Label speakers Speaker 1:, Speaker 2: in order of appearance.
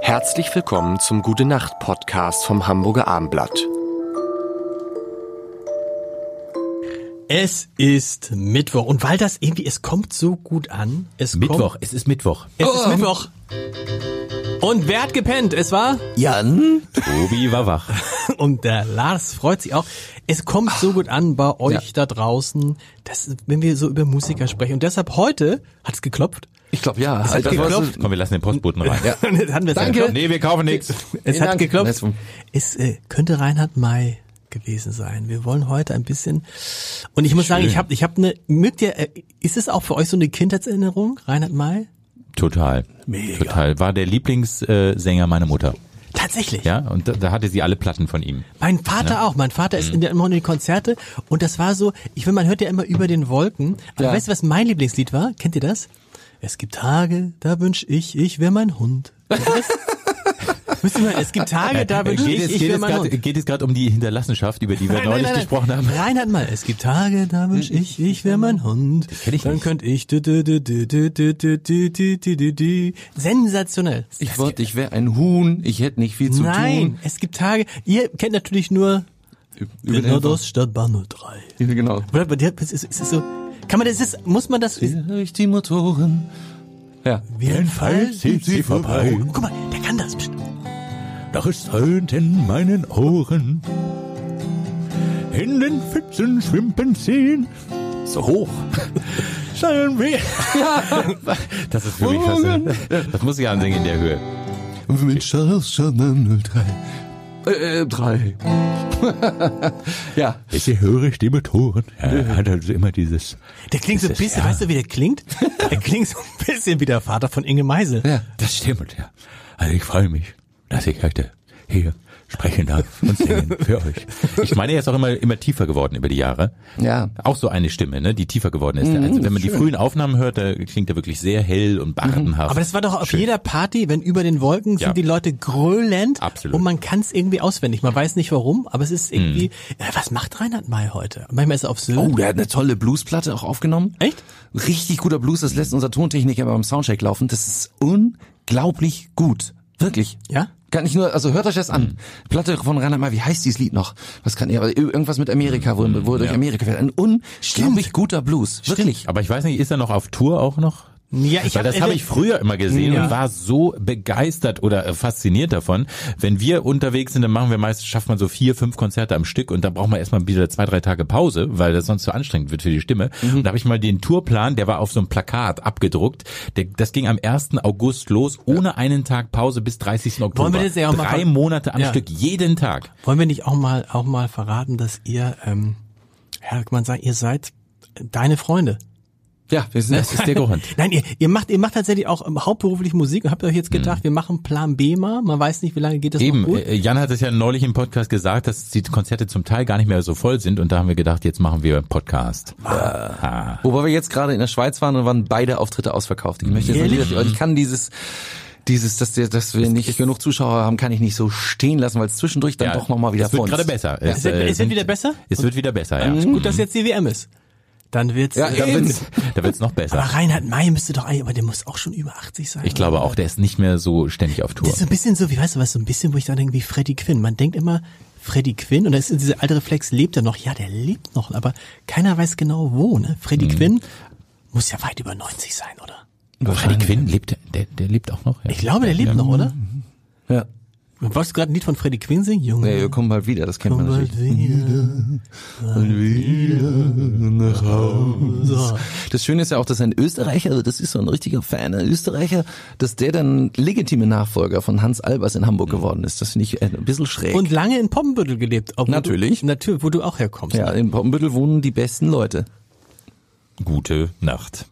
Speaker 1: Herzlich willkommen zum Gute Nacht Podcast vom Hamburger Armblatt.
Speaker 2: Es ist Mittwoch und weil das irgendwie, es kommt so gut an. Es
Speaker 3: Mittwoch,
Speaker 2: Kommt,
Speaker 3: es ist Mittwoch.
Speaker 2: es ist Mittwoch. Und wer hat gepennt? Es war
Speaker 3: Jan? Tobi war wach.
Speaker 2: und der Lars freut sich auch. Es kommt so gut an bei euch da draußen, dass, wenn wir so über Musiker sprechen. Und deshalb heute hat es geklopft.
Speaker 1: Ich glaube ja. Also,
Speaker 2: hat geklopft.
Speaker 1: was-
Speaker 3: Komm, wir lassen den Postboten rein.
Speaker 2: Hatten wir es
Speaker 1: Danke.
Speaker 2: geklopft.
Speaker 3: Nee, wir kaufen nichts.
Speaker 2: Es
Speaker 1: Vielen
Speaker 2: hat
Speaker 1: Dank.
Speaker 2: geklopft.
Speaker 1: Letzten.
Speaker 2: Es äh, könnte Reinhard May gewesen sein. Wir wollen heute ein bisschen und ich muss sagen, ich habe ich habe eine mögt ihr äh, ist es auch für euch so eine Kindheitserinnerung Reinhard May?
Speaker 3: Total.
Speaker 2: Mega.
Speaker 3: Total. War der Lieblingssänger meiner Mutter.
Speaker 2: Tatsächlich.
Speaker 3: Ja, und da, da hatte sie alle Platten von ihm.
Speaker 2: Mein Vater auch. Mein Vater ist in der, immer in die Konzerte und das war so, ich will, man hört ja immer über den Wolken. Aber
Speaker 1: Ja.
Speaker 2: weißt du, was mein Lieblingslied war? Kennt ihr das? Es gibt Tage, da wünsch ich, ich wär mein Hund. Kennt ihr Das? Müsst ihr mal, es gibt Tage, da wünsch
Speaker 3: Äh, Geht
Speaker 2: ich,
Speaker 3: es,
Speaker 2: ich
Speaker 3: geht
Speaker 2: wär
Speaker 3: es
Speaker 2: mein
Speaker 3: grad-
Speaker 2: Hund.
Speaker 3: geht es gerade um die Hinterlassenschaft, über die wir neulich gesprochen haben? Hm.
Speaker 2: Reinhard mal, es gibt Tage, da wünsch ich, ich wär mein Hund.
Speaker 3: kenn ich
Speaker 2: Dann
Speaker 3: nicht.
Speaker 2: könnte ich. du, du, du, du, du, du, du, du, du, du, du, du. Sensationell.
Speaker 4: Ich wollte, ich wäre ein Huhn, ich hätte nicht viel zu
Speaker 2: Nein,
Speaker 4: tun.
Speaker 2: es gibt Tage. Ihr kennt natürlich nur
Speaker 4: Über den
Speaker 2: Nordoststadt statt Bahnhof 3.
Speaker 4: Genau.
Speaker 2: Oder bei dir ist, ist, ist es so. Kann man das ist, muss man das wie
Speaker 4: Durch die Motoren. Ja.
Speaker 2: ein
Speaker 3: Fall zieht sie vorbei.
Speaker 2: Oh, guck mal, der kann das. Psst.
Speaker 3: Doch es dröhnt in meinen Ohren. In den Pfützen schwimmen Seen. So hoch. Seien wir. Das ist für mich was. Das muss ich ansingen in der Höhe.
Speaker 4: Mit Charles Chanel 03. Äh, 3. ja.
Speaker 3: Ich höre ich die Motoren. Er hat also immer dieses.
Speaker 2: Der klingt so ein
Speaker 3: Das ist-
Speaker 2: bisschen,
Speaker 3: ja.
Speaker 2: weißt du, wie der klingt? Der klingt so ein bisschen wie der Vater von Inge Meisel.
Speaker 4: Ja.
Speaker 3: Das stimmt, ja. Also ich freue mich, dass ich heute hier sprechen darf und singen für euch. Ich meine, er ist auch immer, immer tiefer geworden über die Jahre.
Speaker 4: Ja.
Speaker 3: Auch so eine Stimme, ne, die tiefer geworden ist.
Speaker 2: Mhm,
Speaker 3: Also wenn man die frühen Aufnahmen hört, da klingt er wirklich sehr hell und bardenhaft.
Speaker 2: Aber das war doch auf
Speaker 3: Schön.
Speaker 2: jeder Party, wenn über den Wolken sind
Speaker 3: Ja.
Speaker 2: die Leute grölend
Speaker 3: Absolut.
Speaker 2: und man kann es irgendwie auswendig. Man weiß nicht warum, aber es ist irgendwie.
Speaker 3: Mhm.
Speaker 2: Ja, was macht Reinhard May heute? Manchmal ist er auf Sylt.
Speaker 4: Oh, der hat eine tolle Bluesplatte auch aufgenommen.
Speaker 2: Echt?
Speaker 4: Richtig guter Blues, das lässt unser Tontechniker beim Soundcheck laufen. Das ist unglaublich gut. Wirklich.
Speaker 2: Ja?
Speaker 4: Kann ich nur, also hört euch das an. Platte von Reinhard May, wie heißt dieses Lied noch? Was kann ich, aber irgendwas mit Amerika, wo, wo er durch Amerika fährt. Ein unglaublich guter Blues. Wirklich.
Speaker 3: Aber ich weiß nicht, ist er noch auf Tour auch noch?
Speaker 2: Ja, ich
Speaker 3: Weil
Speaker 2: hab-
Speaker 3: das habe ich früher immer gesehen
Speaker 2: Ja.
Speaker 3: und war so begeistert oder äh, fasziniert davon. Wenn wir unterwegs sind, dann machen wir meist, schafft man so vier, fünf Konzerte am Stück und dann braucht man erstmal wieder zwei, drei Tage Pause, weil das sonst zu anstrengend wird für die Stimme.
Speaker 2: Mhm.
Speaker 3: Und da habe ich mal den Tourplan, der war auf so einem Plakat abgedruckt. Der, das ging am 1. August los, ohne einen Tag Pause bis 30. Oktober.
Speaker 2: wir das ja auch mal
Speaker 3: Drei
Speaker 2: ver-
Speaker 3: Monate am
Speaker 2: Ja.
Speaker 3: Stück, jeden Tag.
Speaker 2: Wollen wir nicht auch mal auch mal verraten, dass ihr, ähm, ja, kann man sagen, ihr seid deine Freunde.
Speaker 4: Ja, wir sind
Speaker 3: Das ist der Grund.
Speaker 2: Nein, ihr, ihr macht ihr macht tatsächlich auch ähm, hauptberuflich Musik und habt euch jetzt gedacht, wir machen Plan B mal. Man weiß nicht, wie lange geht das
Speaker 3: Mhm. Eben,
Speaker 2: noch gut.
Speaker 3: äh, Jan hat es ja neulich im Podcast gesagt, dass die Konzerte zum Teil gar nicht mehr so voll sind und da haben wir gedacht, jetzt machen wir einen Podcast.
Speaker 4: Wobei wir jetzt gerade in der Schweiz waren und waren beide Auftritte ausverkauft. Ich möchte jetzt
Speaker 2: Ehrlich?
Speaker 4: nicht, also ich kann dieses dieses, dass, wir- dass wir nicht genug Zuschauer haben, kann ich nicht so stehen lassen, weil es zwischendurch dann
Speaker 3: Ja,
Speaker 4: doch nochmal wieder
Speaker 3: Es wird
Speaker 4: funzt.
Speaker 3: gerade besser.
Speaker 2: Es wird- es wird
Speaker 3: sind-
Speaker 2: wieder besser? Mhm.
Speaker 3: Es wird wieder besser, ja.
Speaker 2: Gut, dass jetzt die WM ist. Dann wird's.
Speaker 4: Ja,
Speaker 2: äh,
Speaker 4: eben.
Speaker 2: wird's-
Speaker 3: Da äh, wird's noch
Speaker 2: aber
Speaker 3: besser.
Speaker 2: Reinhard May müsste doch eigentlich, aber der muss auch schon über 80 sein.
Speaker 3: Ich glaube auch, der ist nicht mehr so ständig auf Tour.
Speaker 2: Das ist so ein bisschen so, wie weißt du was, so ein bisschen, wo ich dann denke, wie Freddy Quinn. Man denkt immer, Freddy Quinn, und da ist dieser alte Reflex, lebt er noch? Ja, der lebt noch, aber keiner weiß genau wo, ne? Freddy
Speaker 4: Mhm.
Speaker 2: Quinn muss ja weit über 90 sein, oder?
Speaker 3: Freddie Quinn lebt, der, der lebt auch noch. Ja.
Speaker 2: Ich glaube, der lebt noch, oder?
Speaker 4: Ja.
Speaker 2: Wolltest du gerade ein Lied von Freddy Quinn singen? Junge.
Speaker 4: Nee, wir kommen bald wieder, das kennt man natürlich.
Speaker 2: So.
Speaker 4: Das Schöne ist ja auch, dass ein Österreicher, also das ist so ein richtiger Fan, ein Österreicher, dass der dann legitime Nachfolger von Hans Albers in Hamburg geworden ist. Das finde ich ein bisschen schräg.
Speaker 2: Und lange in Poppenbüttel gelebt. obwohl
Speaker 4: Natürlich.
Speaker 2: Du, natürlich, wo du auch herkommst. ne?
Speaker 4: ja, in Poppenbüttel wohnen die besten Leute.
Speaker 3: Gute Nacht.